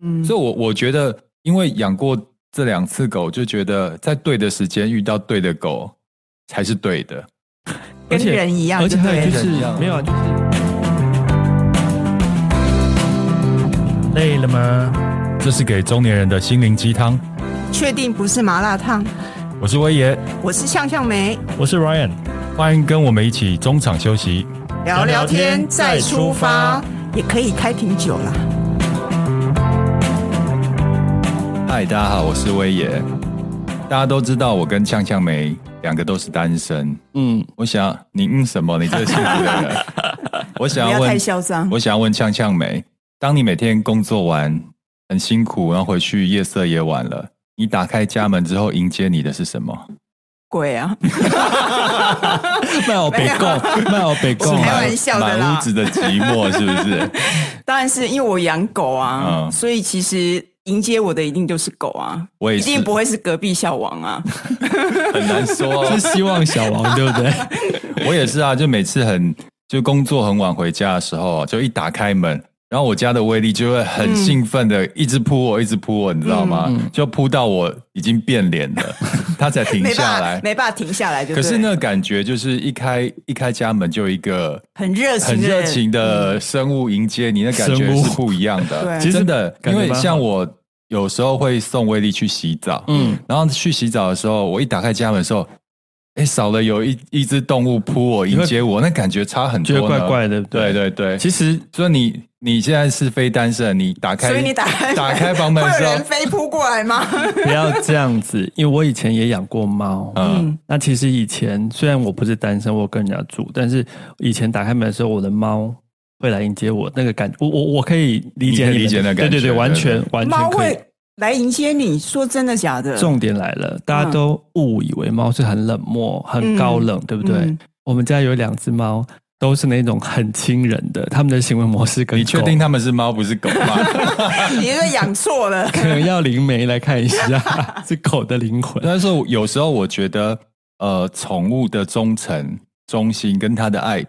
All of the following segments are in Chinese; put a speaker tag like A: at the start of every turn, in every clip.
A: 嗯，
B: 所以我，我觉得，因为养过这两次狗，就觉得在对的时间遇到对的狗才是对的。
A: 跟人一样
C: 而
A: 就
C: 且还
A: 对
C: 有就
A: 了。
C: 是
B: 一样
C: 没有啊，就是累了吗？
B: 这是给中年人的心灵鸡汤。
A: 确定不是麻辣烫？
B: 我是威爷，
A: 我是向向梅，
C: 我是 Ryan，
B: 欢迎跟我们一起中场休息。
A: 聊聊
C: 聊
A: 天
C: 天
A: 再
C: 再
A: 出
C: 出
A: 发
C: 发，
A: 也可以开瓶酒啦。
B: 嗨，大家好，我是威爷。大家都知道，我跟呛呛梅两个都是单身。
C: 嗯，
B: 我想，你嗯什么？你这个幸福的人， 我想
A: 不要
B: 问
A: 太嚣张。
B: 我想要问呛呛梅，当你每天工作完很辛苦，然后回去夜色也晚了，你打开家门之后迎接你的是什 么？
A: 鬼啊！
B: 卖我北贡，卖我北贡，
A: 是开玩笑的啦
B: 满屋子的寂寞是不 是？
A: 当然是因为我养狗啊，
B: 嗯
A: 所以其实迎接我的一定就是狗啊，
B: 我也
A: 一
B: 是
A: 定不会是隔壁小王 啊。
B: 很难说、哦
C: 是希望小王对不 对？
B: 我也是啊，就每次很就工作很晚回家的时候，哦就一打开门。然后我家的威力就会很兴奋的，一直扑我，一直扑我，你知道吗？
C: 嗯
B: 就扑到我已经变脸 了，他才停
A: 没
B: 下
A: 办
B: 来
A: 法，。没办法停下来就。
B: 可是那，个感觉就是一开一开家门就有一个
A: 很热情，
B: 很热。情的生物迎接你，那感觉
C: 生物
B: 是不一样的。
A: 对
C: 其实
B: 真的，
C: 感
B: 因
C: 觉
B: 为
C: 蛮好
B: 像我有时候会送威力去洗澡，
C: 嗯，
B: 然后去洗澡的时候，我一打开家门的时候，哎，少了有一一只动物扑我迎接我，那感觉差很多
C: 觉
B: 呢，
C: 得怪怪的，
B: 对。对对，
C: 其实
B: 所以你你现在是非单身，你打开
A: 所以你打开
B: 打开房门
A: 会
B: 的
A: 有
B: 时
A: 人
B: 候，
A: 飞扑过来吗？
C: 不要这样子，因为我以前也养过猫。
B: 嗯，
C: 那其实以前虽然我不是单身，我跟人家住，但是以前打开门的时候，我的猫会来迎接我，那个感我我我可以理解
B: 你可以
C: 们
B: 理解那感觉
C: 对对
B: 对
C: 对，完全
B: 对
C: 完
A: 猫
C: 全可以。
A: 会来迎接你，说真的假的？
C: 重点来了，大家都误以为猫是很冷漠、很高冷，对不对？
A: 嗯
C: 我们家有两只猫，都是那种很亲人的，它们的行为模式跟
B: 你确
C: 狗
B: 定他们是猫不是狗吗？
A: 你是养 错了
C: 。可能要灵媒来看 一下，是狗的灵魂。
B: 但是有时候我觉得，呃，宠物的忠诚、忠心跟它的爱，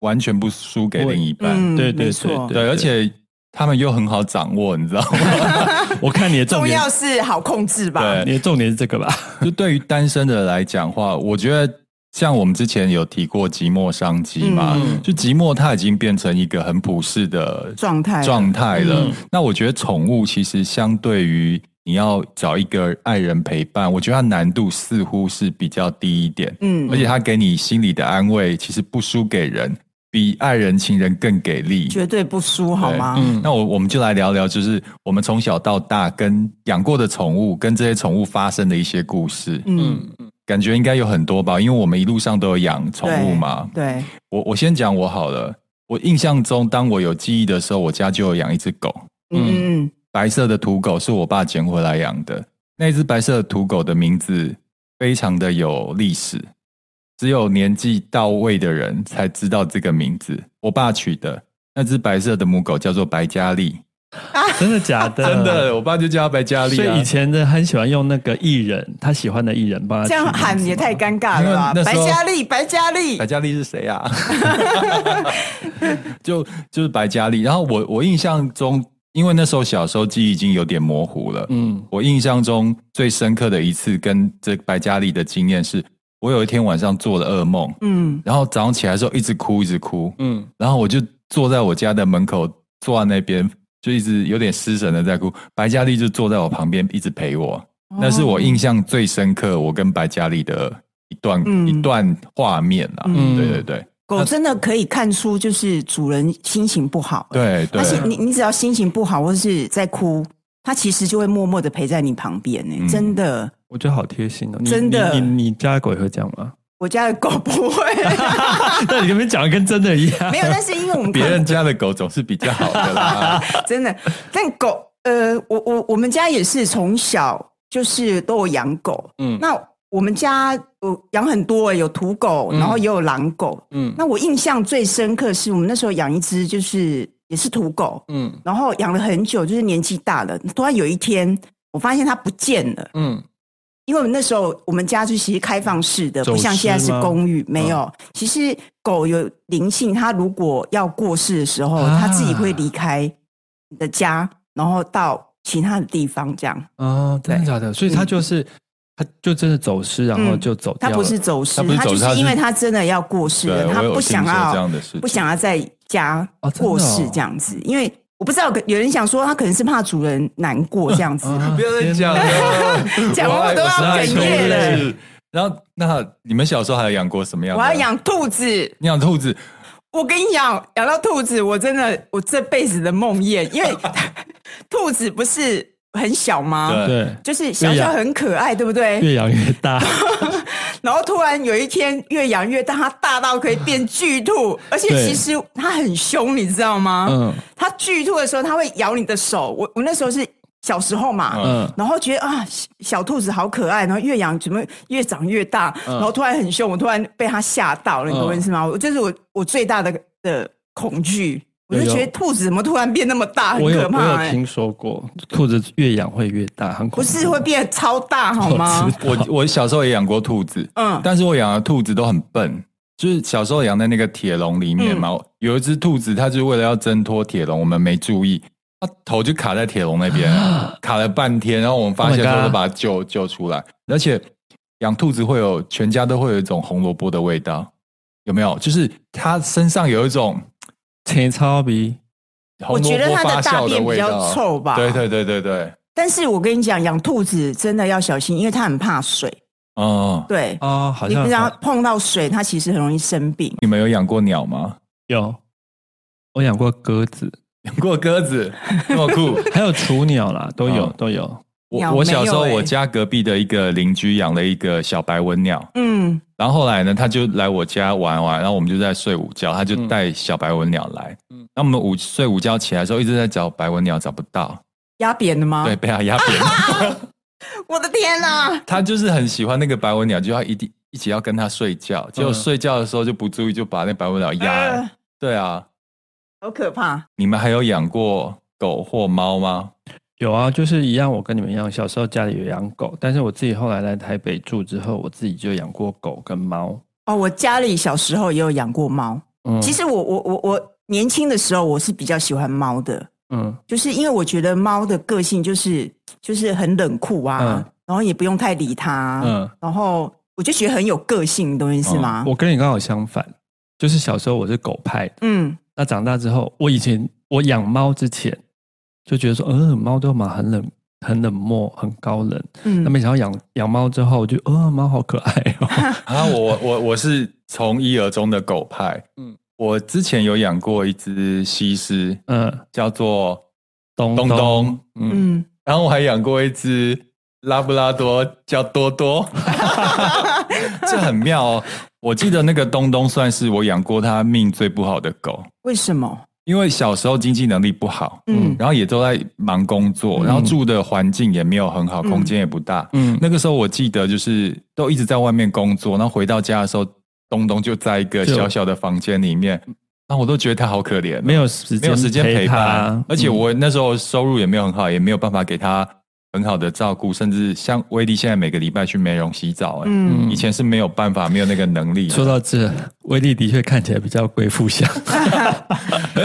B: 完全不输给另一半。
A: 嗯
C: 对对
A: 没
C: 对
A: 错
B: 对，而且他们又很好掌握，你知道吗？
C: 我看你的重
A: 重
C: 点，
A: 要是好控制吧。
B: 对
C: 你的重点是这个吧？
B: 就对于单身的来讲话，我觉得像我们之前有提过寂寞商机嘛，
C: 嗯
B: 就寂寞它已经变成一个很普世的
A: 状态了
B: 状态了。
C: 嗯
B: 那我觉得宠物其实相对于你要找一个爱人陪伴，我觉得它难度似乎是比较低一点。
A: 嗯
B: 而且它给你心里的安慰，其实不输给人，比爱人、情人更给力。
A: 绝对不输好吗？
C: 嗯
B: 那我我们就来聊聊，就是我们从小到大跟养过的宠物，跟这些宠物发生的一些故事。
A: 嗯，
B: 感觉应该有很多吧，因为我们一路上都有养宠物嘛。
A: 对，
B: 我我先讲我好了，我印象中，当我有记忆的时候，我家就有养一只狗，
A: 嗯嗯
B: 白色的土狗是我爸捡回来养的。那只白色的土狗的名字非常的有历史，只有年纪到位的人才知道这个名字。我爸取的那只白色的母狗叫做白嘉丽，
C: 真的假的？
B: 真的，我爸就叫它白嘉丽、啊。
C: 所以以前的很喜欢用那个艺人，他喜欢的艺人帮
A: 嗯，
C: 他
A: 这样
C: 取名字
A: 喊也太尴尬了吧
B: 因为？那
A: 白
B: 时候
A: 嘉丽，白嘉丽
B: 白，嘉丽是谁 啊？就就是白嘉丽。然后我我印象中，因为那时候小时候记忆已经有点模糊了，
C: 嗯
B: 我印象中最深刻的一次跟这白嘉丽的经验是，我有一天晚上做了噩梦，
A: 嗯，
B: 然后早上起来的时候一直哭一直哭，
C: 嗯，
B: 然后我就坐在我家的门口坐在那边。就一直有点失神的在哭，白嘉丽就坐在我旁边一直陪我，
A: 哦
B: 那是我印象最深刻我跟白嘉丽的一段、
A: 嗯
B: 一段画面啊，
A: 嗯
B: 对对对。
A: 狗真的可以看出，就是主人心情不好。，
B: 对对
A: 而，且你你只要心情不好或是在哭，它其实就会默默的陪在你旁边呢、
B: 嗯
A: 真的。
C: 我觉得好贴心哦。你
A: 真的
C: 你你你家的狗也会这样 吗？
A: 我家的狗不会，
C: 那你那边讲的跟真的一样
A: 没。有，但是因为我们
B: 别人家的狗总是比较好的 啦。
A: 真的，但狗，呃，我我我们家也是从小就是都有养狗，
C: 嗯
A: 那我们家我养很多、欸，有土狗，然后也有狼狗。
C: 嗯
A: 那我印象最深刻是我们那时候养一只，就是也是土狗，
C: 嗯
A: 然后养了很久，就是年纪大了，突然有一天我发现它不见了。
C: 嗯
A: 因为我们那时候我们家就其实开放式的，
C: 走
A: 不像现在是
C: 失吗
A: 公寓，
B: 嗯
A: 没有。其实狗有灵性，它如果要过世的时候，
C: 啊
A: 它自己会离开你的家，然后到其他的地方，这样。
C: 啊，真的
A: 对
C: 假的？所以他就是他就真的走失，然后
A: 嗯
C: 就走掉
A: 他
C: 了。
A: 不是走失，
B: 他不是
A: 他
B: 走
A: 就
B: 失他
A: 是因
B: 是
A: 为他真的要过世
B: 对，
A: 了，他
B: 我有
A: 不
B: 听
A: 想
B: 说这
A: 要
B: 样的事情，
A: 不想要在家
C: 哦真的哦
A: 过世这样子，因为我不知道有人想说他可能是怕主人难过这 样子，
C: 啊
B: 不要再讲了，
A: 讲
B: 我
A: 完
B: 爱
A: 我都要
B: 我是
A: 哽
B: 爱
A: 咽了
B: 宠物。然后，那你们小时候还有养过什么样
A: 我
B: 的？
A: 要养兔子。
B: 你养兔子，
A: 我跟你讲，养到兔子，我真的我这辈子的梦魇， 因为 兔子不是很小吗？
C: 对，
A: 就是小
C: 对呀
A: 小很可爱，对不对？
C: 越养越大，
A: 然后突然有一天越养越大，它大到可以变巨兔，而且
C: 对
A: 其实它很凶，你知道吗？
C: 嗯
A: 它巨兔的时候，它会咬你的手。我我那时候是小时候嘛，
B: 嗯
C: 嗯，
A: 然后觉得啊，小小兔子好可爱，然后越养怎么越长越大，然后突然很凶，我突然被它吓到了，你懂我意思吗？我这是我我最大的的恐惧，我就
C: 有有
A: 觉得兔子怎么突然变那么大，很
C: 我有
A: 可
C: 我
A: 怕、
C: 有
A: 欸，
C: 听说过，兔子越养会越大，很恐
A: 不
C: 怖。
A: 是会变超大好吗
C: 我知？
B: 我我小时候也养过兔子，
A: 嗯，
B: 但是我养的兔子都很笨，就是小时候养在那个铁笼里面
A: 嗯
B: 嘛，有一只兔子，它就是为了要挣脱铁笼，我们没注意，它头就卡在铁笼那 边，卡了半天，然后我们发现
C: Oh my
B: 偷
C: God
B: 偷把它救救出来，而且养兔子会有全家都会有一种红萝卜的味道，有没有？就是它身上有一种
C: 前超鼻，
A: 我
B: 红萝
A: 觉得
B: 卜
A: 它
B: 发
A: 的大
B: 酵
A: 便比
B: 味道，
A: 较臭吧。
B: 对对对对对，
A: 但是我跟你讲，养兔子真的要小心，因为它很怕水。
B: 哦、
A: 对，
C: 哦，好
A: 你
C: 像
A: 不知道碰到水，它其实很容易生病。
B: 你们有养过鸟吗？
C: 有。我养过鸽子，
B: 养过鸽 子，那么酷。
C: 还有雏鸟啦，都有
B: 嗯
C: 都有。
B: 我
A: 鸟
B: 我
A: 没
B: 小时
A: 有
B: 候，
A: 欸
B: 我家隔壁的一个邻居养了一个小白文鸟，
A: 嗯，
B: 然后后来呢，他就来我家玩玩，然后我们就在睡午觉，他就带小白文鸟来。
C: 嗯
B: 那我们午睡午觉起来的时候，一直在找白文鸟，找不到，
A: 压扁了
C: 嗯
A: 吗？
B: 对，被他压 扁了。
A: 我的天哪、
B: 他就是很喜欢那个白文鸟，就要一定一起要跟他睡觉，结果
C: 嗯
B: 睡觉的时候就不注意，就把那白文鸟压了。
A: 呃
B: 对啊，
A: 好可怕！
B: 你们还有养过狗或猫吗？
C: 有啊，就是一样，我跟你们一样，小时候家里有养狗，但是我自己后来来台北住之后，我自己就养过狗跟猫。
A: 哦，我家里小时候也有养过猫。
C: 嗯，
A: 其实我我我我年轻的时候我是比较喜欢猫的，
C: 嗯，
A: 就是因为我觉得猫的个性就是就是很冷酷啊，
C: 嗯
A: 然后也不用太理它啊，
C: 嗯哦
A: 然后我就觉得很有个性，你懂我意思吗？
C: 我跟你刚好相反，就是小时候我是狗派的，
A: 嗯
C: 那长大之后，我以前我养猫之前就觉得说，嗯，猫对我们很冷。很冷漠，很高冷。那
A: 嗯，
C: 没想到养养猫之后，我就哦，猫好可爱哦。
B: 啊，我我我是从一而终的狗派。嗯
C: 嗯，
B: 我之前有养过一只西施，
C: 嗯，
B: 叫做
C: 东
B: 东东，
C: 嗯，
A: 嗯，
B: 然后我还养过一只拉布拉多，叫多 多，这很妙哦。我记得那个东东算是我养过它命最不好的狗，
A: 为什么？
B: 因为小时候经济能力不好，
A: 嗯
B: 然后也都在忙工作，
C: 嗯
B: 然后住的环境也没有很好，
A: 嗯
B: 空间也不大。
C: 嗯，
B: 那个时候我记得就是都一直在外面工作，然后回到家的时候，东东就在一个
C: 就
B: 小小的房间里面，然后我都觉得它好可怜哦，
C: 没有时间
B: 没有时间陪
C: 它
B: 伴，，而且
C: 嗯
B: 我那时候收入也没有很好，也没有办法给他很好的照顾，甚至像威迪现在每个礼拜去美容洗澡、哎、
A: 嗯，
B: 以前是没有办法，没有那个能力的。
C: 说到这，威力的确看起来比较贵 妇相。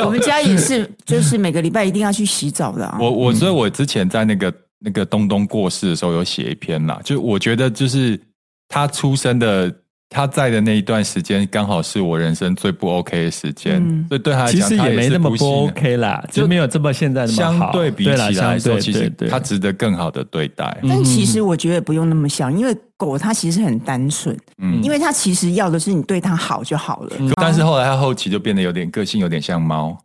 A: 我们家也是，就是每个礼拜一定要去洗澡的、啊。
B: 我我，
C: 嗯
B: 所以我之前在那个那个东东过世的时候有写一篇啦，就我觉得就是他出生的。他在的那一段时间，刚好是我人生最不 OK 的时间，
A: 嗯
B: 所以对他来
C: 其
B: 讲，
C: 实
B: 他
C: 也没
B: 是
C: 那么
B: 不幸的
C: 不 OK 啦，就没有这么现在那么
B: 相
C: 好。
B: 对比起
C: 啦，
B: 来
C: 相
B: 说，
C: 对
B: 其
C: 对
B: 实
C: 对嗯
B: 他值得更好的对待。
A: 但其实我觉得不用那么想，因为狗它其实很单纯，
B: 嗯
A: 因为它其实要的是你对它好就好了，
B: 但是后来他后期就变得有点个性，有点像猫。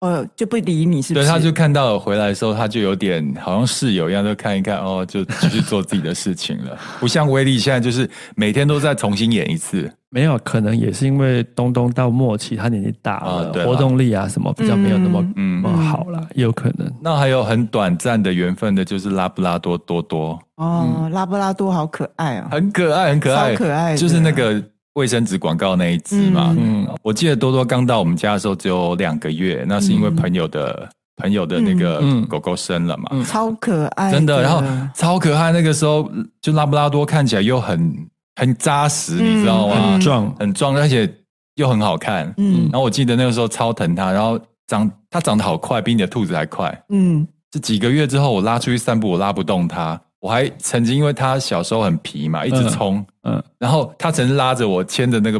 A: 呃，就不理你是不
B: 对，
A: 是？
B: 他就看到我回来的时候，他就有点好像室友一样，就看一看，哦，就继续做自己的事情了。不像威力现在就是每天都在重新演一次。
C: 没有可能也是因为东东到末期他年纪大
B: 啊
C: 了，
B: 对啦
C: 活动力啊什么比较没有那么
A: 嗯
C: 那
B: 嗯，
C: 么好啦，也有可能。
B: 那还有很短暂的缘分的，就是拉布拉多多多，嗯
A: 哦，拉布拉多好可爱哦，
B: 很可爱，很可爱，
A: 超可爱的
B: 就是那个卫生纸广告那一只嘛。
C: 嗯
B: 嗯，我记得多多刚到我们家的时候只有两个月，那是因为
A: 嗯
B: 朋友的、朋友的那个
C: 嗯嗯
B: 狗狗生了嘛。
C: 嗯
A: 超可爱，
B: 真的，然后
A: 哎
B: 超可爱。那个时候就拉布拉多看起来又很很扎实，你知道吗？
A: 嗯
C: 壮，
B: 很壮，而且又很好看。
A: 嗯
B: 然后我记得那个时候超疼它，然后长它长得好快，比你的兔子还快。
A: 嗯，
B: 是几个月之后，我拉出去散步，我拉不动它。我还曾经因为它小时候很皮嘛，一直冲，
C: 嗯，
B: 然后它曾经拉着我牵着那个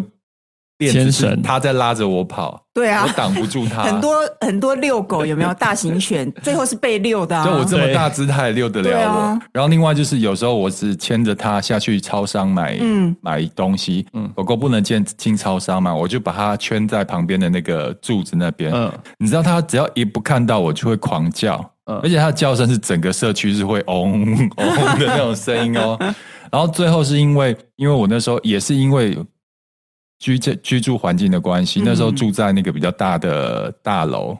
B: 链子
C: 牵
B: 是
C: 绳
B: 它在拉着我跑，
A: 对啊
B: 我挡不 住它。
A: 很多很多遛狗有没有大 型犬，最后是被遛的、啊。
B: 就我这么大姿态遛得了
A: 对
B: 我，
A: 啊
B: 然后另外就是有时候我是牵着它下去超商买、
A: 嗯
B: 买东西，
C: 嗯
B: 狗狗不能进进超商嘛，我就把它圈在旁边的那个柱子那边，
C: 嗯
B: 你知道它只要一不看到我就会狂叫，
C: 嗯
B: 而且它的叫声是整个社区是会嗡嗡的那种声音 哦。然后最后是因为，因为我那时候也是因为居家居住环境的关系，
A: 嗯
B: 那时候住在那个比较大的大楼，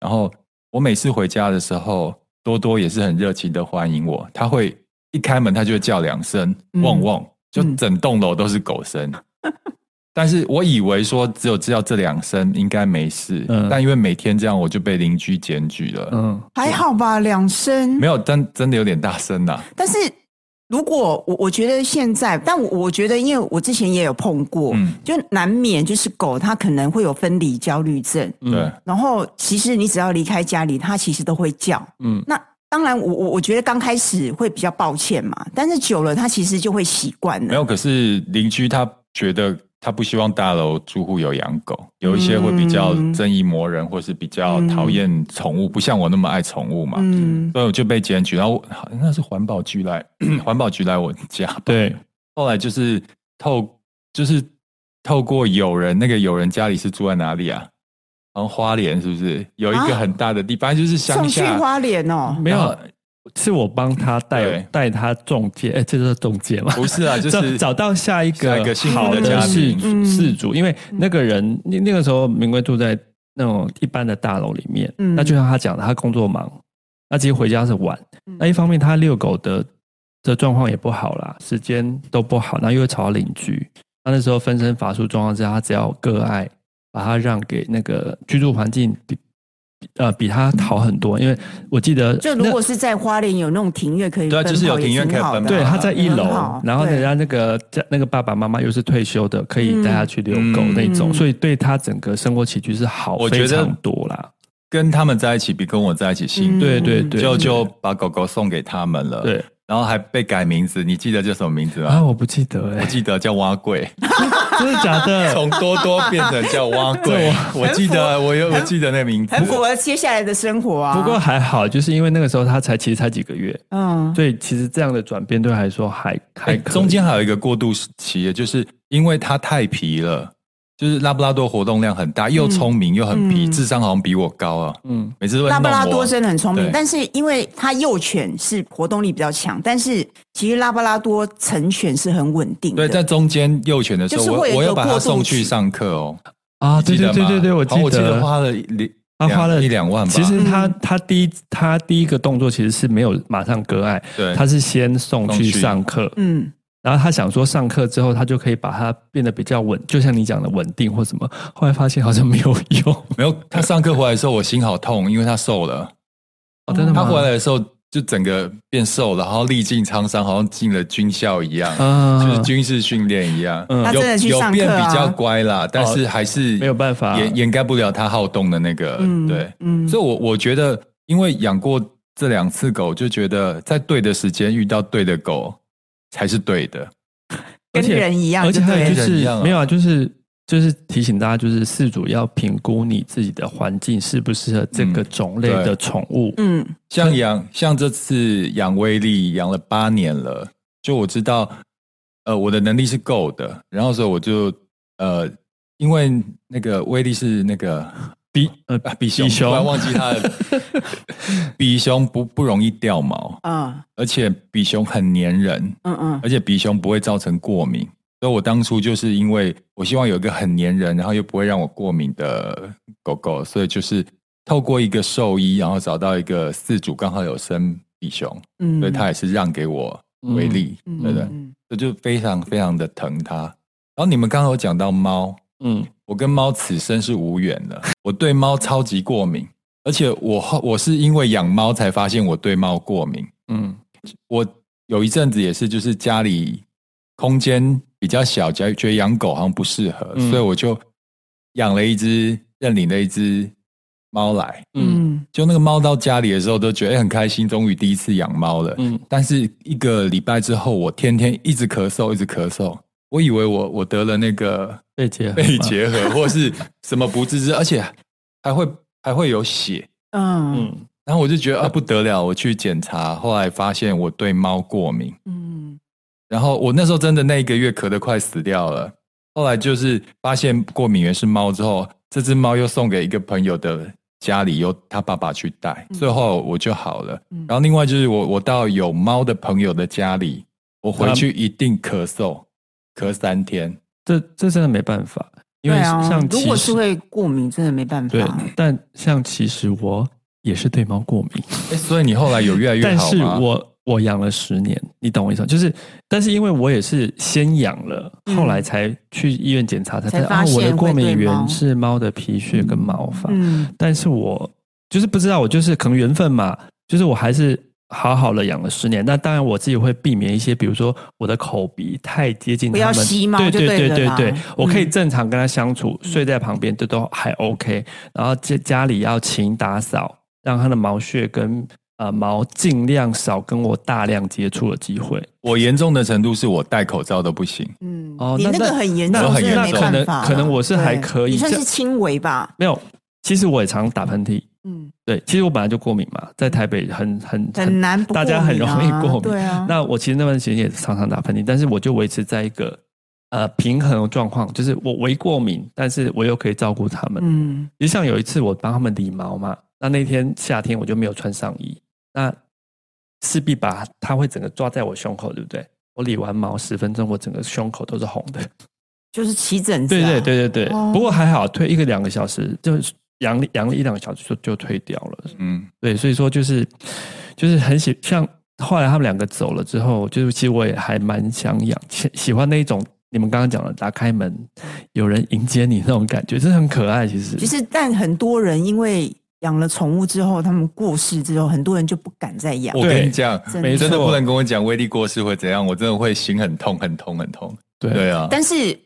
B: 然后我每次回家的时候，多多也是很热情的欢迎我，他会一开门他就会叫两声
A: 嗯
B: 汪汪，就
A: 嗯
B: 整栋楼都是狗 声。但是我以为说只有知道这两声应该没事，
C: 嗯
B: 但因为每天这样我就被邻居检举了，
C: 嗯，
A: 还好吧，两声
B: 没。有，但真的有点大声呐、
A: 但是如果我我觉得现在，但我我觉得，因为我之前也有碰过，
B: 嗯
A: 就难免就是狗它可能会有分离焦虑症，
C: 嗯
B: 对，
A: 然后其实你只要离开家里，它其实都会叫。
C: 嗯
A: 那当然我，我我觉得刚开始会比较抱歉嘛，但是久了它其实就会习惯
B: 没
A: 了。
B: 有。可是邻居他觉得他不希望大楼住户有养狗，有一些会比较
A: 嗯
B: 正义魔人，或是比较讨厌宠物，不像我那么爱宠物嘛，
A: 嗯，
B: 所以我就被检举。然后我好那是环保局来， 环保局来我家，
C: 对，
B: 后来就是透就是透过友人，那个友人家里是住在哪里啊？好像花莲是不是有一个
A: 啊
B: 很大的地方，反正就是乡
A: 送去
B: 下。
A: 花莲哦，
C: 没
B: 然
C: 有
B: 后，
C: 是我帮他带
B: 对
C: 带他中介，哎，这就是中介嘛，
B: 不是啊，就
C: 找
B: 是
C: 找到下一
B: 下一个
C: 个
B: 幸
C: 好
B: 福的家
C: 事
B: 庭
A: 嗯
C: 事主，因为那个人那那个时候明贵住在那种一般的大楼里面，
A: 嗯
C: 那就像他讲的，他工作忙，那其实回家是晚
A: 嗯，
C: 那一方面他遛狗的的状况也不好啦，时间都不好，然后又会吵到邻居，他那时候分身乏术状况之下，他只要割爱把它让给那个居住环境比。比呃，比他好很多，因为我记得
A: 就如
C: 那
A: 果是在花莲有那种庭院可以
B: 对啊
A: 奔
B: 就是有
A: 跑也
B: 庭院
A: 挺
B: 可以
A: 好
B: 奔
A: 的
B: 跑
C: 对，
A: 啊
C: 他在一
A: 很
C: 楼
A: 好，
C: 然后
A: 对
C: 人家那个家那个爸爸妈妈又是退休的，可以带他去遛狗
B: 嗯
C: 那种，
A: 嗯
C: 所以对他整个生活起居是好
B: 我觉
C: 非
B: 得
C: 常多啦。
B: 跟他们在一起比跟我在一起幸福，
C: 对对对
B: 就就把狗狗送给他们了，，
C: 对
B: 然后还被改名字，你记得叫什么名字
C: 啊，
B: 吗？
C: 我不记得
B: 我
C: 哎，
B: 记得叫蛙贵，
C: 真的假的？
B: 从多多变成叫蛙贵， 我记得我有我记得那名字，
A: 很符合接下来的生活啊。
C: 不过还好，就是因为那个时候他才其实才几个月，
A: 嗯，
C: 所以其实这样的转变对他来说还还
B: 哎
C: 可以
B: 中间还有一个过渡期，就是因为它太皮了，就是拉布拉多活动量很大，又聪明又很皮，
A: 嗯
B: 智商好像比我高啊，
C: 嗯
B: 每次都会
A: 拉
B: 弄
A: 布拉多
B: 我。
A: 真的很聪
B: 对
A: 明，但是因为它幼犬是活动力比较强，但是其实拉布拉多成犬是很稳定
B: 对，
A: 的。
B: 在中间幼犬的时候，
A: 就是会有一
B: 我
A: 个
B: 我要把它送去
A: 过渡期
B: 上课哦。
C: 啊，
B: 你
C: 对
B: 记
C: 对
B: 得
C: 对
B: 吗
C: 对对，我
B: 好
C: 记
B: 我记
C: 得
B: 得花了两
C: 他花了
B: 一两万吧。
C: 其实他
A: 嗯
C: 他第一他第一个动作其实是没有马上割爱，
B: 对
C: 他是先送
B: 送
C: 去
B: 去
C: 上课，
A: 嗯，
C: 然后他想说上课之后，他就可以把它变得比较稳，就像你讲的稳定或什么。后来发现好像没有用。
B: 没有，他上课回来的时候，我心好痛，因为他瘦了。
C: 哦，真的
B: 他
C: 吗？
B: 回来的时候就整个变瘦了，然后历尽沧桑，好像进了军校一样，
C: 啊，
B: 就是军事训练一样。
C: 嗯
A: 他
B: 有
A: 真的去
B: 有
A: 上
B: 变
A: 课啊
B: 比较乖啦，但是还是
C: 没有办法
B: 掩掩盖不了他好动的那个。
A: 嗯
B: 呃对，
A: 嗯
B: 所以我我觉得，因为养过这两次狗，就觉得在对的时间遇到对的狗才是对的。
C: 而
A: 跟
C: 且
A: 人一样，
C: 而且还有
A: 对
C: 就
B: 跟人一
C: 是
B: 样啊
C: 没有啊，就是就是提醒大家，就是饲主要评估你自己的环境适不适合这个种类
B: 嗯对
C: 的宠物。
A: 嗯
B: 像养像这次养威力养了八年了，就我知道，呃，我的能力是够的，然后所以我就呃，因为那个威力是那个
C: 比呃
B: 啊比熊，
C: 比熊
B: 突然忘记它了， 比熊不不容易掉毛，
A: 嗯
B: 而且比熊很粘人，
A: 嗯嗯
B: 而且比熊不会造成过敏，所以我当初就是因为我希望有一个很粘人，然后又不会让我过敏的狗狗，所以就是透过一个兽医，然后找到一个饲主刚好有生比熊，
A: 嗯，
B: 所以他也是让给我为例，
A: 嗯
B: 对不对？
A: 嗯
B: 这就非常非常的疼它。然后你们刚刚有讲到猫，
C: 嗯，
B: 我跟猫此生是无缘了，我对猫超级过敏，而且我后我是因为养猫才发现我对猫过敏。
C: 嗯
B: 我有一阵子也是，就是家里空间比较小，觉觉得养狗好像不适合，
C: 嗯
B: 所以我就养了一只认领了一只猫来，
C: 嗯
A: 嗯，
B: 就那个猫到家里的时候都觉得、哎很开心，终于第一次养猫了。
C: 嗯，
B: 但是一个礼拜之后，我天天一直咳嗽，一直咳嗽。我以为我我得了那 个
C: 被结合
B: 肺
C: 嘛，
B: 结核或是什么不治之，而且还会还会有血。
A: 嗯
C: 嗯，
B: 然后我就觉得啊不得了，我去检查，后来发现我对猫过敏。
A: 嗯
B: 然后我那时候真的那一个月咳得快死掉了。后来就是发现过敏源是猫之后，这只猫又送给一个朋友的家里，由他爸爸去带，
A: 嗯
B: 最后我就好了。
A: 嗯
B: 然后另外就是我我到有猫的朋友的家里，我回去一定咳嗽，咳三天。
C: 这这真的没办法，因
A: 对
C: 为
A: 啊
C: 像，
A: 如
C: 其
A: 果
C: 实
A: 是会过敏，真的没办
C: 对
A: 法。，
C: 但像其实我也是对猫过敏，
B: 哎，所以你后来有越来越
C: 但
B: 好
C: 是
B: 吗？
C: 我我养了十年，你懂我意思吗？就是，但是因为我也是先养了，
A: 嗯
C: 后来才去医院检查，才
A: 才
C: 知道
A: 发
C: 啊，我
A: 现
C: 的
A: 会
C: 过
A: 对
C: 敏
A: 猫
C: 源是猫的皮屑跟毛发。
A: 嗯
C: 但是我就是不知道，我就是可能缘分嘛，就是我还是好好的养了十年。那当然我自己会避免一些，比如说我的口鼻太接近
A: 不
C: 它
A: 要
C: 们，
A: 吸猫
C: 对
A: 就
C: 对
A: 对
C: 对
A: 了啦
C: 对我可以
A: 嗯
C: 正常跟它相处，睡在旁边这都还 OK。然后家家里要勤打扫，让它的毛屑跟呃毛尽量少跟我大量接触的机会。
B: 我严重的程度是我戴口罩都不行。
A: 嗯，
C: 哦
A: 你
C: 那
A: 那个
C: 那
A: 很严
B: 那
A: 重，
B: 很
A: 真的
B: 严
A: 没
B: 重
A: 办法啦。
C: 可能可能我是还
A: 对
C: 可以
A: 你算
C: 这
A: 是轻微吧？
C: 没有，其实我也常打喷嚏。
A: 嗯，
C: 对，其实我本来就过敏嘛，在台北很很
A: 很难不过
C: 大
A: 敏啊、
C: 家很容易过敏。
A: 对啊，
C: 那我其实那段时间也常常打喷嚏，但是我就维持在一个呃平衡的状况，就是我微过敏，但是我又可以照顾他们。
A: 嗯
C: 就像有一次我帮他们理毛嘛，那那天夏天我就没有穿上衣，那势必把它会整个抓在我胸口，对不对？我理完毛十分钟，我整个胸口都是红的。
A: 就是起疹子、
C: 对
A: 啊，
C: 对对对对，
A: 哦
C: 不过还好，推一个两个小时，就是养养了一两个小时就就退掉了。
B: 嗯，
C: 对，所以说就是就是很喜像后来他们两个走了之后，就是其实我也还蛮想养，喜喜欢那一种你们刚刚讲的打开门有人迎接你那种感觉，真的很可爱。其实
A: 其实，但很多人因为养了宠物之后，他们过世之后，很多人就不敢再养。
B: 我跟你讲，
A: 真
C: 没
B: 你
A: 的。
B: 真的
C: 错
B: 不能跟我讲威力过世会怎样，我真的会心很痛，很痛，很痛。
C: 对
B: 对啊，
A: 但是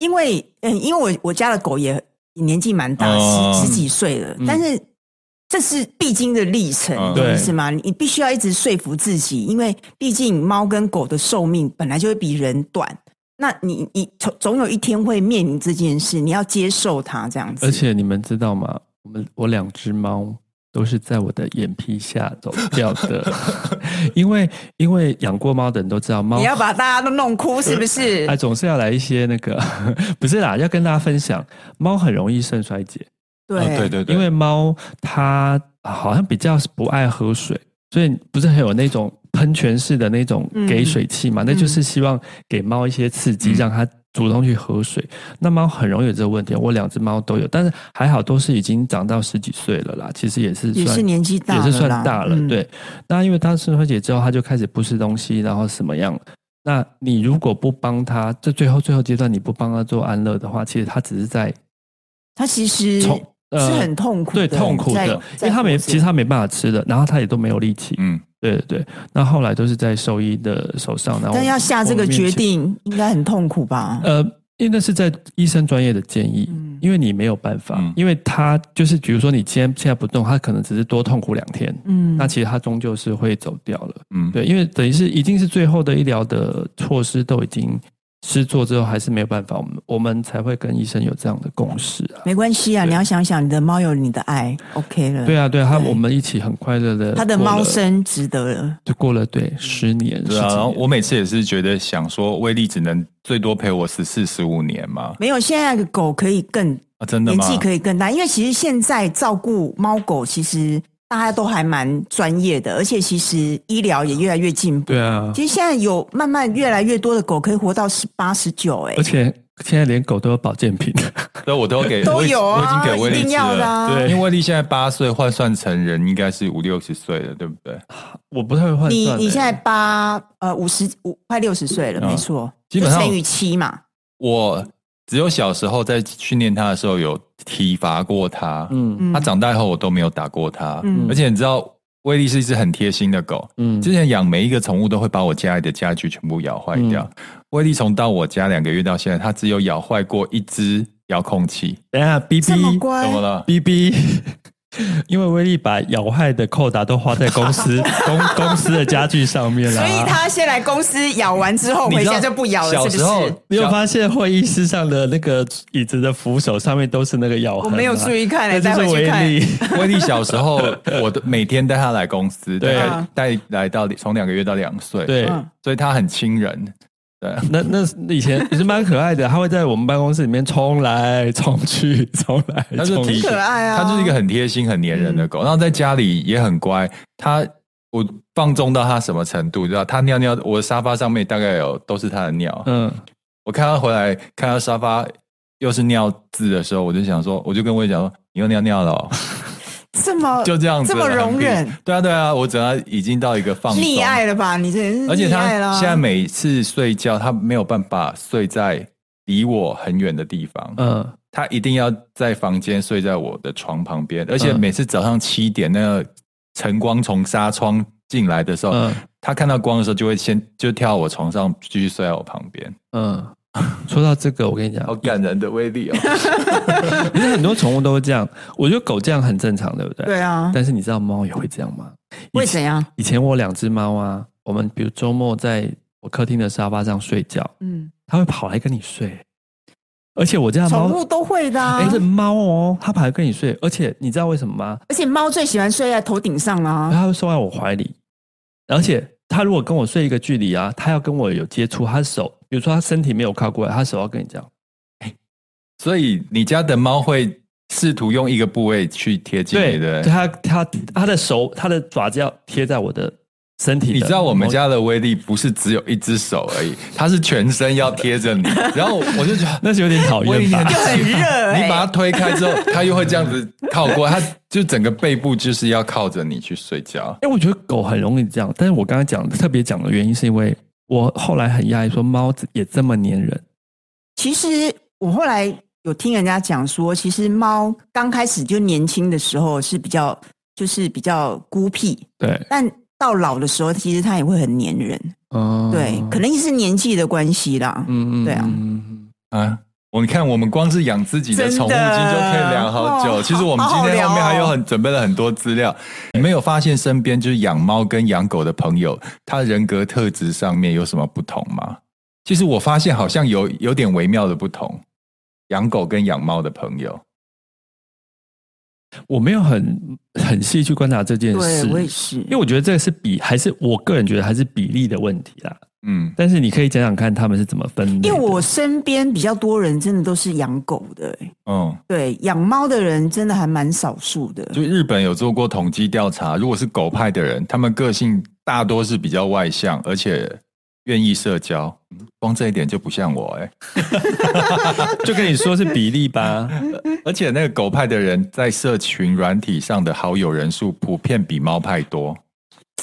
A: 因为嗯，因为我我家的狗也也年纪蛮大，
B: 哦
A: 十十几岁了，
C: 嗯
A: 但是这是必经的历程，
B: 嗯
A: 你懂意
C: 对
A: 思吗？你必须要一直说服自己，因为毕竟猫跟狗的寿命本来就会比人短。那你你总总有一天会面临这件事，你要接受它这样子。
C: 而且你们知道吗？我们我两只猫都是在我的眼皮下走掉的， 因为因为养过猫的人都知道猫
A: 你。要把大家都弄哭，是不是
C: 啊，？总是要来一些那个， 不是啦，要跟大家分享，猫很容易肾衰竭，
A: 对、
C: 嗯
B: 哦对对对，
C: 因为猫它好像比较不爱喝水，所以不是很有那种喷泉式的那种
A: 嗯
C: 给水器嘛？那就是希望给猫一些刺激，
B: 嗯
C: 让它主动去喝水。那猫很容易有这个问题，我两只猫都有，但是还好都是已经长到十几岁了啦，其实也是
A: 也
C: 算
A: 是年纪大了
C: 也
A: 啦，
C: 是算大了，
A: 嗯，
C: 对。那因为他肾衰竭之后，他就开始不吃东西，然后什么样？那你如果不帮他，这最后最后阶段你不帮他做安乐的话，其实他只是在
A: 它其实
C: 从呃
A: 是很痛苦的，
C: 对痛苦
A: 在
C: 的，因为他没其实。
A: 在活着
C: 他没办法吃的，然后他也都没有力气。
B: 嗯，
C: 对对对，那后来都是在兽医的手上，然后
A: 但要下这个决
C: 我们面前，
A: 定，应该很痛苦吧？
C: 呃，因为那是在医生专业的建议，
A: 嗯
C: 因为你没有办法，
B: 嗯
C: 因为他就是比如说你今天现在不动，他可能只是多痛苦两天，
A: 嗯
C: 那其实他终究是会走掉了。
B: 嗯，
C: 对，因为等于是一定是最后的医疗的措施都已经施做之后，还是没有办法，我们我们才会跟医生有这样的共识啊。
A: 没关系啊，
C: 对
A: 你要想想，你的猫有你的爱，OK 了。
C: 对啊，对啊，他
A: 对
C: 我们一起很快乐的，
A: 它的猫生值得了。
C: 就过了对十年，
B: 对啊。
C: 十几
B: 然后
C: 年
B: 我每次也是觉得想说，威力只能最多陪我十四十五年嘛，
A: 没有，现在的狗可以更
B: 啊，真的
A: 年
B: 吗？
A: 纪可以更大，因为其实现在照顾猫狗，其实大家都还蛮专业的，而且其实医疗也越来越进步。
C: 对啊，
A: 其实现在有慢慢越来越多的狗可以活到十八、十九，哎
C: 而，且现在连狗都有保健品，
B: 所以我都给
A: 都有
B: 我已我
A: 啊，
B: 已经给威
A: 一
B: 力
A: 定
B: 吃
A: 要的
B: 了。
A: 啊。
C: 对
B: 因为威力现在八岁，换算成人应该是五六十岁了，对不对？
C: 我不太会换算
A: 你
C: 欸。
A: 你现在八呃五十五快六十岁了，
C: 啊
B: 嗯
A: 没错，
B: 基本上
A: 就乘以七嘛，
B: 我只有小时候在训练他的时候有体罚过他，
C: 嗯
A: 嗯
B: 他长大后我都没有打过他，
A: 嗯
B: 而且你知道威力是一只很贴心的狗，
C: 嗯
B: 之前养每一个宠物都会把我家里的家具全部咬坏掉。
A: 嗯
B: 威力从到我家两个月到现在，它只有咬坏过一只遥控器。
C: 等一下，B
A: 这么
C: B
A: 乖
B: 怎么了？
C: B B，因为威力把咬害的扣打都花在公 司公公司的家具上面啦。
A: 所以他先来公司咬完之后，
B: 你
A: 回
B: 知道
A: 家就不咬
B: 小
A: 了，是
B: 时
A: 不
B: 候
A: 是？
C: 你有发现会议室上的那个椅子的扶手上面都是那个咬痕
A: 我
C: 吗？
A: 没有注意看、欸，
C: 那
A: 待
C: 就
A: 会
C: 是
A: 去看
C: 威。力。
B: 威力小 时候，我都每天带他来公司，
C: 对
A: 啊
B: 带带来到从两个月到两岁，，
C: 对，
A: 嗯
B: 所以他很亲人，对，
C: 那那以前也是蛮可爱的，他会在我们办公室里面冲来冲去，冲来
B: 他是
C: 冲去
B: 体
A: 很可爱啊嗯
B: 它就是一个很贴心、很黏人的狗，然后在家里也很乖。它我放纵到它什么程度，你知道？它尿尿，我的沙发上面大概有都是它的尿。
C: 嗯，
B: 我看它回来，看到沙发又是尿渍的时候，我就想说，我就跟我姐讲说，你又尿尿了哦、
A: 这么
B: 就这样子
A: 这么
B: 了
A: 容忍？
B: 对啊，对啊，我整个已经到一个放松
A: 溺爱了吧？你这人是
B: 而且
A: 溺爱
B: 它
A: 了啊。
B: 现在每次睡觉，它没有办法睡在离我很远的地方。
C: 嗯，
B: 他一定要在房间睡在我的床旁边，而且
A: 嗯
B: 每次早上七点那个晨光从纱窗进来的时候，
A: 哦
C: 嗯
B: 他看到光的时候就会先就跳到我床上继续睡在我旁边，
C: 嗯， 说到这个，我跟你讲，
B: 好感人的威力哦！
C: 其实很多宠物都会这样。我觉得狗这样很正常，对不对？
A: 对啊，
C: 但是你知道猫也会这样吗？以
A: 为
C: 前
A: 怎样？
C: 以前我两只猫啊，我们比如周末在我客厅的沙发上睡觉，
A: 嗯，
C: 它会跑来跟你睡，而且我家的
A: 宠
C: 猫
A: 物，都会的啊
C: 哎、。是猫哦，它跑来跟你睡，而且你知道为什么吗？
A: 而且猫最喜欢睡在头顶上了
C: 然
A: 啊。
C: 后它会睡在我怀里，而且它如果跟我睡一个距离啊，它要跟我有接触，它手，比如说它身体没有靠过来，它手要跟你这样，
B: 所以你家的猫会试图用一个部位去贴近你的。
C: 对它它它的手，它的爪子要贴在我的身体的
B: 你知道我们
C: 某
B: 家的威力不是只有一只手而已，它是全身要贴着你，然后我就觉 得
C: 那是有点讨
B: 威力
C: 厌吧
B: 很？
A: 就很热
B: 你把它
A: 哎，
B: 推开之后，它又会这样子靠过，它就整个背部就是要靠着你去睡觉。
C: 哎因为我觉得狗很容易这样，但是我刚刚讲特别讲的原因是因为我后来很讶异，说猫也这么粘人，
A: 其实我后来有听人家讲说，其实猫刚开始就年轻的时候是比较就是比较孤僻，
C: 对，
A: 但到老的时候，其实它也会很粘人。
C: 嗯，
A: 对，
B: 哦
A: 可能也是年纪的关系啦。
C: 嗯，嗯
A: 对啊
C: 嗯
B: 啊！我你看，我们光是养自己的
A: 真的
B: 宠物鸡就可以聊好久。
A: 哦
B: 其实我们今天后面还有很准备了很多资料。你没有发现身边就是养猫跟养狗的朋友，他人格特质上面有什么不同吗？其实我发现好像有有点微妙的不同，养狗跟养猫的朋友。
C: 我没有很很细去观察这件
A: 对
C: 事，，
A: 我也是。
C: 因为我觉得这个是比还是我个人觉得还是比例的问题啦。
B: 嗯，
C: 但是你可以讲讲看他们是怎么分类的
A: 因为我身边比较多人真的都是养狗的、欸
B: 嗯，
A: 对，养猫的人真的还蛮少数的。
B: 就日本有做过统计调查，如果是狗派的人，他们个性大多是比较外向，而且愿意社交。嗯光这一点就不像我哎、
C: 就跟你说是比例吧，
B: 而且那个狗派的人在社群软体上的好友人数普遍比猫派多，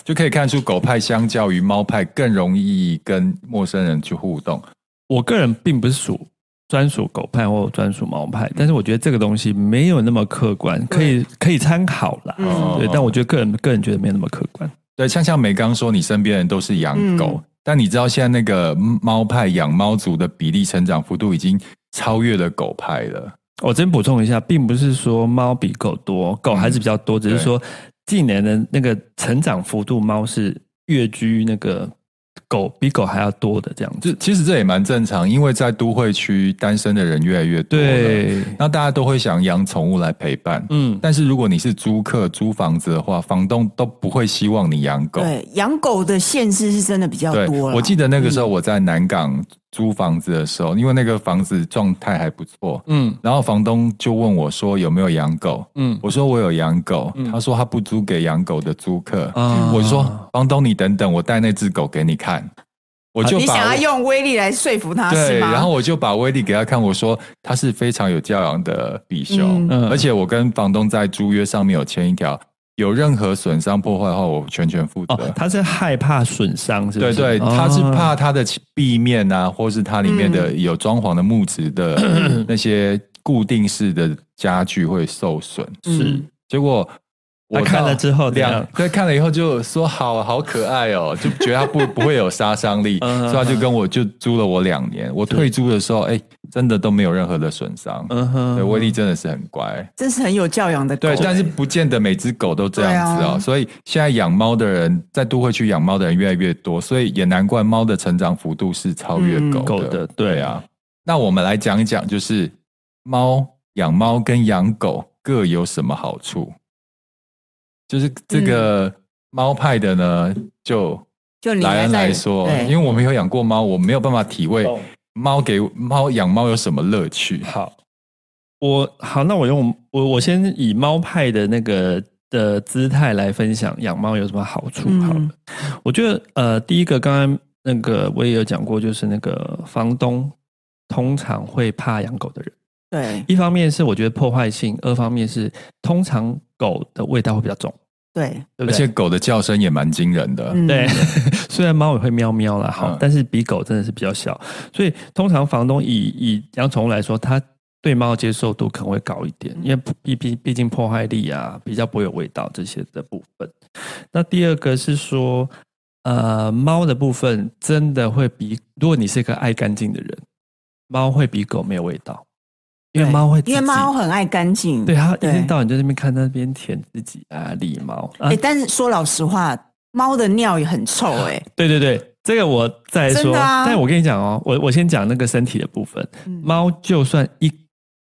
B: 就可以看出狗派相较于猫派更容易跟陌生人去互动。
C: 我个人并不是属专属狗派或专属猫派，但是我觉得这个东西没有那么客观，可以可以参考啦。
A: 嗯
C: 对，但我觉得个人个人觉得没有那么客观。
B: 哦对，像像梅刚说，你身边人都是养狗，
C: 嗯
B: 但你知道现在那个猫派养猫族的比例成长幅度已经超越了狗派了。
C: 我先补充一下，并不是说猫比狗多，狗
B: 嗯
C: 还是比较多，只是说近年的那个成长幅度，猫是跃居那个狗比狗还要多的这样
B: 就
C: 子。
B: 其实这也蛮正常，因为在都会区单身的人越来越多，，
C: 对，
B: 那大家都会想养宠物来陪伴。
C: 嗯，
B: 但是如果你是租客租房子的话，房东都不会希望你养狗。
A: 对，养狗的限制是真的比较
B: 对，
A: 多了。
B: 我记得那个时候我在南港租房子的时候，因为那个房子状态还不错，
C: 嗯
B: 然后房东就问我说有没有养狗，
C: 嗯
B: 我说我有养狗，
C: 嗯
B: 他说他不租给养狗的租客，
C: 啊
B: 我就说房东你等等，我带那只狗给你看，我就
A: 啊你
B: 把
A: 想要
B: 我
A: 用威力来说服他
B: 对，
A: 是吗？
B: 然后我就把威力给他看，我说他是非常有教养的比熊，
A: 嗯
C: 嗯
B: 而且我跟房东在租约上面有签一条，有任何损伤破坏的话，我全权负责。
C: 哦，他是害怕损伤，是不
B: 对
C: 是？
B: 对，
C: 哦
B: 他是怕他的壁面啊，或是它里面的有装潢的木质的那些固定式的家具会受损。
C: 是
A: 嗯
B: 结果我
C: 他看
B: 到
C: 了之后怎
B: 两
C: 样
B: 对看了以后就说好好可爱哦，就觉得它不不会有杀伤力，
C: 嗯
B: 所以他就跟我就租了我两年。我退租的时候，哎，真的都没有任何的损伤。
C: 嗯哼，
B: 对，威力真的是很乖。
A: 真是很有教养的狗。欸
B: 对，但是不见得每只狗都这样子
A: 对
B: 哦。
A: 啊
B: 所以现在养猫的人，在都会区养猫的人越来越多，所以也难怪猫的成长幅度是超越
A: 嗯
B: 狗的。
C: 狗的对
B: 对啊，那我们来讲一讲，就是猫养猫跟养狗各有什么好处？就是这个猫派的呢，就
A: 嗯就你
B: 莱恩
A: 在
B: 来说，
A: 对哦
B: 因为我没有养过猫，我没有办法体会
C: 懂
B: 猫给猫养猫有什么乐趣。
C: 好，我好，那我用我我先以猫派的那个的姿态来分享养猫有什么好处好了。
A: 嗯
C: 我觉得呃，第一个刚刚那个我也有讲过，就是那个房东通常会怕养狗的人，
A: 对
C: 一方面是我觉得破坏性，二方面是通常狗的味道会比较重，
A: 对，
C: 对
B: 而
C: 不对？
B: 且狗的叫声也蛮惊人的，
A: 嗯
C: 对， 虽然猫也会喵喵啦，哈、
B: 嗯
C: 但是比狗真的是比较小，所以通常房东以以养宠物来说，它对猫的接受度可能会高一点，
A: 嗯
C: 因为毕毕毕竟破坏力啊，比较不会有味道这些的部分。那第二个是说，呃，猫的部分真的会比，如果你是一个爱干净的人，猫会比狗没有味道，因为
A: 对
C: 猫会自
A: 因为
C: 己
A: 猫。很爱干净。
B: 啊
C: 对，它一
A: 对
C: 天到晚就在那边看那边舔自己啊，理毛啊
A: 哎、，但是说老实话，猫的尿也很臭哎、
C: 对对对，这个我再
A: 真
C: 说。
A: 的啊
C: 但我跟你讲哦，我我先讲那个身体的部分。
A: 嗯
C: 猫就算一，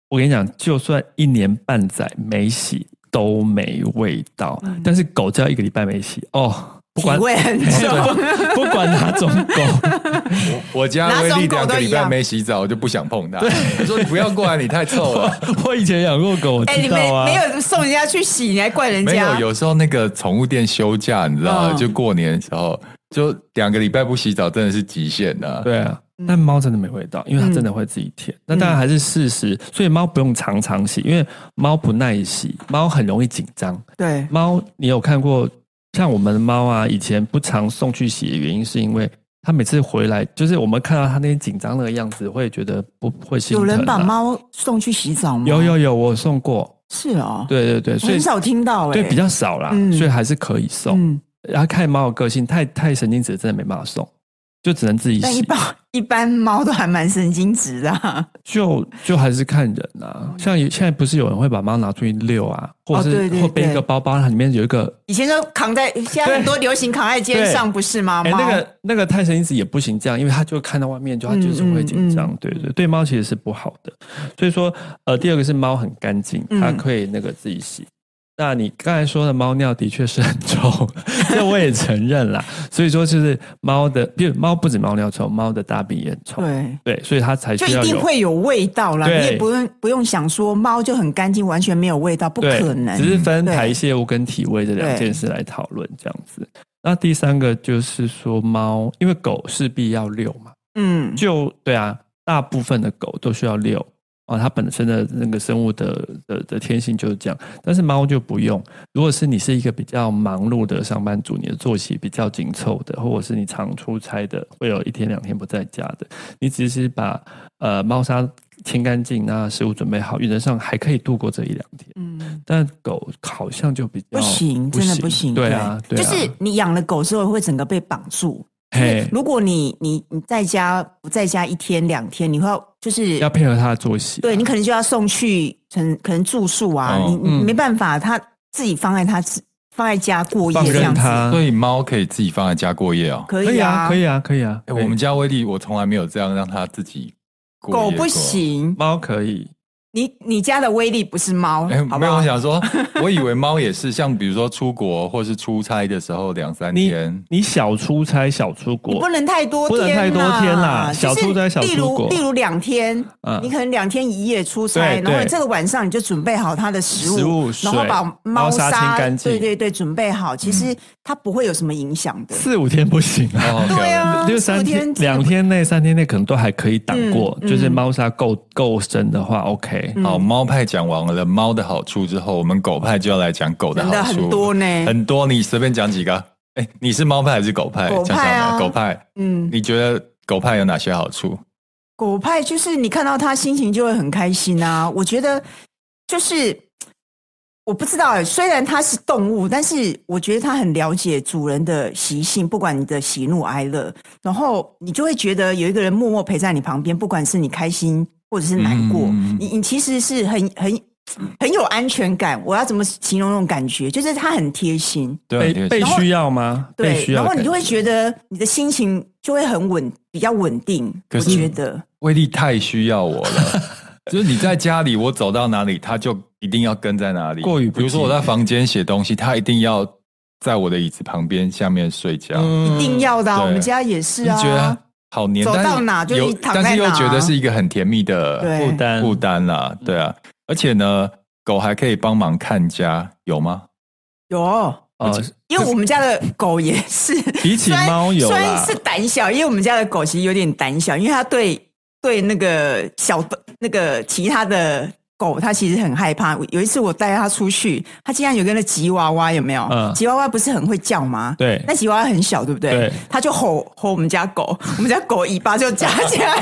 C: 我跟你讲，就算一年半载没洗都没味道，
A: 嗯
C: 但是狗只要一个礼拜没洗 哦，不
A: 体
C: 管
A: 味 很重。
C: 对不管哪种 狗，
B: 我家
A: 哪
B: 威
A: 种
B: 力
A: 狗
B: 两
A: 都
B: 个礼
A: 一
B: 拜
A: 样
B: 没洗澡，我就不想碰它。我说你不要过来，你太臭了。
C: 我以前养过狗，我
A: 哎、
C: 知
A: 你
C: 道
A: 没
C: 啊。
A: 没有送人家去洗，你还怪人
B: 没
A: 家？
B: 有，有时候那个宠物店休假，你知道吗？
A: 嗯
B: 就过年的时候，就两个礼拜不洗澡，真的是极限的、
C: 对啊，
A: 嗯
C: 但猫真的没味道，因为它真的会自己舔。那当然还是事实，所以猫不用常常洗，因为猫不耐洗，猫很容易紧张。
A: 对，
C: 猫，你有看过像我们的猫啊，以前不常送去洗的原因，是因为它每次回来，就是我们看到它那些紧张的样子，会觉得不会心
A: 有
C: 疼、啊
A: 人把？猫送去洗澡吗？
C: 有有有，我有送过。
A: 是哦，
C: 对对对，
A: 我
C: 所以
A: 很少听到哎、
C: 对比较少啦，
A: 嗯
C: 所以还是可以送。
A: 嗯，
C: 然后看猫的个性，太太神经质，真的没办法送，就只能自己
A: 但一
C: 洗。
A: 般 一般猫都还蛮神经质的、 啊，
C: 就就还是看人啊，像有现在不是有人会把猫拿出去遛啊，或者是、
A: 哦对对
C: 或背一个
A: 对
C: 包包，它里面有一个
A: 以前都扛在，现在很多流行扛在肩上，不是吗？
C: 哎、
A: 猫、
C: 那个那个泰神因子也不行，这样，因为他就看到外面，就他就是会紧张，
A: 嗯嗯嗯
C: 对对对，猫其实是不好的。所以说，呃，第二个是猫很干净，
A: 嗯
C: 它可以那个自己洗。那你刚才说的猫尿的确是很臭， 这我也承认啦。所以说，就是猫的，因为猫不止猫尿臭，猫的大便也很臭，
A: 对。
C: 对，所以它才
A: 就
C: 需
A: 一
C: 要
A: 定
C: 有
A: 会有味道啦，
C: 对
A: 你也不用不用想说猫就很干净，完全没有味道，不
C: 对，
A: 可能。
C: 只是分
A: 对
C: 排泄物跟体味这两件事来讨论这样子。那第三个就是说猫，因为狗势必要遛嘛。
A: 嗯，
C: 就对啊，大部分的狗都需要遛啊，它本身的那个生物的的的天性就是这样。但是猫就不用。如果是你是一个比较忙碌的上班族，你的作息比较紧凑的，或者是你常出差的，会有一天两天不在家的，你只是把呃猫砂清干净，那食物准备好，原则上还可以度过这一两天。
A: 嗯，
C: 但狗好像就比较
A: 不行，真的不行。
C: 对啊，对
A: 就
C: 啊，哎
A: 是你养了狗之后会整个被绑住。
C: 嘿
A: 如果你你你在家不在家一天两天，你会要就是
C: 要配合它的作息啊、
A: 对你可能就要送去，可能可能住宿啊，
B: 哦
A: 你你
C: 嗯
A: 没办法，它自己放在它自放在家过夜
C: 放
A: 这
C: 任
A: 样子，
C: 它，
B: 所以猫可以自己放在家过夜哦。
A: 可
C: 可以
A: 以
C: 啊，可以啊，可以啊。
B: 哎
C: 可以
B: 我们家威力，我从来没有这样让它自己过夜
A: 狗
B: 过
A: 不。行，
C: 猫可以，
A: 你你家的威力不是猫，
B: 哎，
A: 好
B: 没有，
A: 不好
B: 我？
C: 啊
B: 想说， 我以为猫也是像比如说出国或是出差的时候两三
C: 你
B: 天，
C: 你小出差、小出
A: 你
C: 国
A: 不，能太多天、啊，
C: 不能太多天啦
A: 就是
C: 小出差小
A: 例
C: 出
A: 如
C: 国
A: 例如两天，
C: 嗯
A: 你可能两天一夜出
C: 对
A: 差，然后
C: 对
A: 你这个晚上你就准备好它的食
C: 食
A: 物，
C: 物
A: 然后
C: 水
A: 把
C: 猫
A: 猫
C: 砂
A: 砂
C: 清干净嗯
A: 对对对，准备好，其实它不会有什么影响的。
C: 四五天不行啊。
B: 哦，
A: 对啊，
C: 就
A: 四
C: 三
A: 五
C: 天、
A: 天
C: 两天内、三天内可能都还可以挡过，
A: 嗯
C: 就是猫砂够够深的话，OK。
B: 好，猫派讲完了猫的好处之后，我们狗派就要来讲狗的
A: 真
B: 好
A: 的
B: 处，
A: 很多呢。
B: 很多你随便讲几个。哎，你是猫派还是狗派？
A: 狗派
B: 讲讲
A: 啊
B: 看狗派，
A: 嗯，
B: 你觉得狗派有哪些好处？
A: 狗派就是你看到它心情就会很开心啊。我觉得就是我不知道哎，虽然它是动物，但是我觉得它很了解主人的习性，不管你的喜怒哀乐，然后你就会觉得有一个人默默陪在你旁边，不管是你开心或者是难过，
B: 嗯
A: 你你其实是很很很有安全感。我要怎么形容那种感觉？就是他很贴心，
B: 对，啊
C: 被
B: 对
C: 被需要吗？被
A: 对，
C: 需要
A: 然
C: 的
A: 后
C: 感觉，
A: 你就会觉得你的心情就会很稳，比较稳定。
B: 可
A: 我
B: 是
A: 觉得
B: 威力太需要我 了。就是你在家里，我走到哪里，他就一定要跟在哪里。
C: 过于不
B: 比如说
C: 及
B: 我在房间写东西，他一定要在我的椅子旁边下面睡觉。
A: 一定要的啊、
B: 对
A: 我们家也是啊。
B: 你觉得好黏，
A: 走
B: 但是
A: 到哪就
B: 有
A: 一躺
B: 但
A: 在
B: 是又
A: 哪
B: 觉得是一个很甜蜜的
A: 对
C: 负担
B: 负担啦，对啊。而且呢，狗还可以帮忙看家，有吗？
A: 有，
C: 呃，
A: 因为我们家的狗也是，
C: 比起
A: 虽然
C: 猫有
A: 虽
C: 啦
A: 然是胆小，因为我们家的狗其实有点胆小，因为它对对那个小那个其他的狗，它其实很害怕。有一次我带它出去，它竟然有跟那吉娃娃有没有？
C: 嗯
A: 吉娃娃不是很会叫吗？
C: 对
A: 那吉娃娃很小，对不对？
C: 对
A: 它就吼吼我们家狗，我们家狗尾巴就夹起来。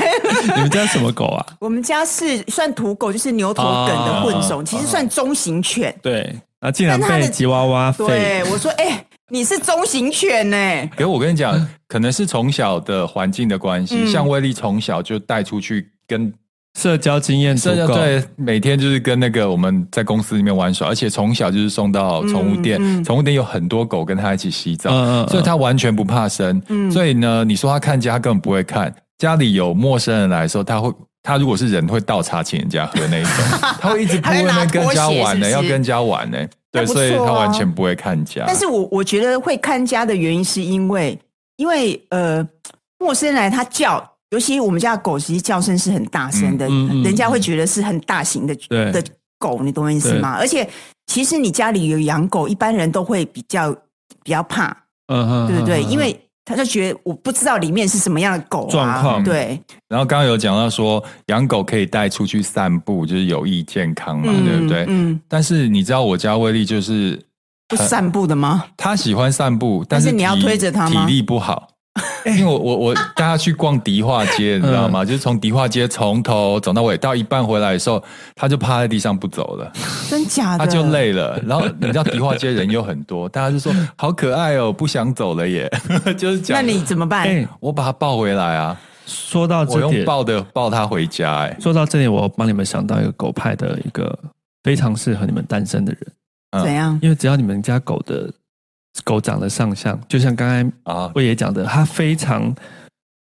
C: 你们家什么狗 啊？
A: 我们家是算土狗，就是牛头梗的混种，
C: 啊
A: 其实算中型犬。
C: 对，啊，竟然
A: 但它
C: 被
A: 的
C: 吉娃娃
A: 对
C: 吠，，
A: 我说，哎、你是中型犬哎呢、
B: 可是我跟你讲，可能是从小的环境的关系，
A: 嗯
B: 像威力从小就带出去跟
C: 社交经验足
A: 啊
B: 真的
C: 够，
B: 对，每天就是跟那个我们在公司里面玩耍，而且从小就是送到宠物店，
A: 嗯嗯
B: 宠物店有很多狗跟他一起洗澡，
C: 嗯嗯嗯
B: 所以他完全不怕生。
A: 嗯
B: 所以呢，你说他看家，他根本不会看。家里有陌生人来的时候，他会，他如果是人，会倒茶请人家喝那一 种，他会一直扑
A: 还会拿
B: 那跟家
A: 拖鞋
B: 玩呢、
A: 是不是
B: 要跟家玩呢、对，
A: 那不错
B: 所以
A: 啊
B: 他完全不会看家。
C: 啊
A: 但是我我觉得会看家的原因是因为，因为呃，陌生人来他叫，尤其我们家的狗，其实叫声是很大声的，
C: 嗯嗯嗯
A: 人家会觉得是很大型的
C: 对
A: 的狗，你懂我意思吗？而且其实你家里有养狗，一般人都会比较比较怕，
C: 嗯哼，
A: 对不对？
C: 嗯
A: 因为他就觉得我不知道里面是什么样的狗、啊、
C: 状况
A: 对，
B: 然后刚刚有讲到说，养狗可以带出去散步，就是有益健康嘛，对不对？
A: 嗯，
B: 但是你知道我家威力就是
A: 不是散步的吗？
B: 他喜欢散步，但
A: 但
B: 是
A: 是你要
B: 体
A: 推着他吗
B: 体力不 好。因为我我我带他去逛迪化街，你知
A: 嗯
B: 道吗？就是从迪化街从头走到尾，到一半回来的时候，他就趴在地上不走了，
A: 真假的？
B: 他就。累了。然后你知道迪化街人又很多，大家就说好可爱哦，不想走了耶， 就是讲。
A: 那你怎么办？
C: 哎、
B: 我把他抱回来啊，
C: 说到
B: 我
C: 这
B: 用
C: 点，
B: 抱的抱他回家、哎，
C: 说到这里，我帮你们想到一个狗派的一个非常适合你们单身的人，
B: 嗯
A: 怎样？
C: 因为只要你们家狗的狗长得上相，就像刚才
B: 啊，
C: 魏也讲的，它非常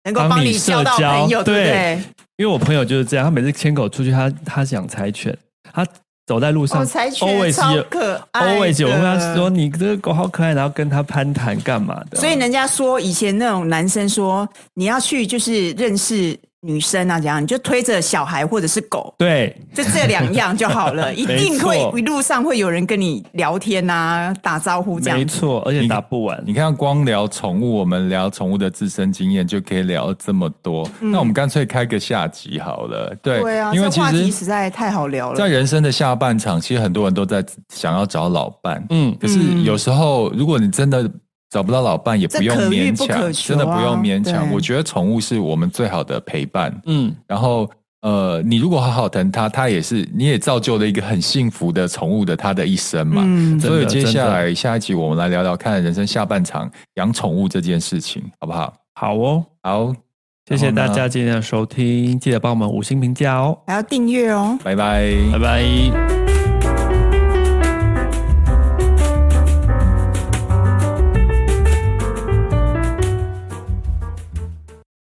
A: 能够
C: 帮
A: 帮
C: 你
A: 你交
C: 社
A: 到
C: 交
A: 朋友，对不
C: 对
A: 对？
C: 因为我朋友就是这样，他每次牵狗出去，他他养柴犬，他走在路上、
A: 哦柴犬
C: always
A: 超
C: 有
A: 可爱
C: always 有
A: 的
C: 我跟他说你这个狗好可爱，然后跟他攀谈干嘛的？
A: 所以人家说以前那种男生说你要去就是认识女生啊，怎样你就推着小孩或者是狗，
C: 对，
A: 就这两样就好 了，一定会
C: 没错
A: 一路上会有人跟你聊天啊，打招呼这
C: 没
A: 样子。
C: 错，而且
B: 你
C: 打不完。
B: 你看，光聊宠物，我们聊宠物的自身经验就可以聊这么多。那我们干脆开个下集好了，对，
A: 嗯对啊，
B: 因为
A: 这
B: 其
A: 话题实
B: 实，
A: 在太好聊
B: 在
A: 了。
B: 人生的下半场，其实很多人都在想要找老伴，
C: 嗯，
B: 可是有时候如果你真的找不到老伴，也不用
A: 这可遇
B: 勉
A: 不
B: 强，
A: 可求啊
B: 真的不用勉强。
A: 对
B: 我觉得宠物是我们最好的陪伴，
C: 嗯，
B: 然后。呃，你如果好好疼它，它也是，你也造就了一个很幸福的宠物的它的一生嘛。
A: 嗯，
C: 真
B: 所
C: 的
B: 以接
C: 真
B: 下
C: 的
B: 来下一集我们来聊聊看人生下半场养宠物这件事情，好不好？
C: 好哦，
B: 好，
C: 谢谢
B: 然后呢
C: 大家今天的收听，记得帮我们五星评价哦，
A: 还要订阅哦。
B: 拜拜。
C: 拜拜。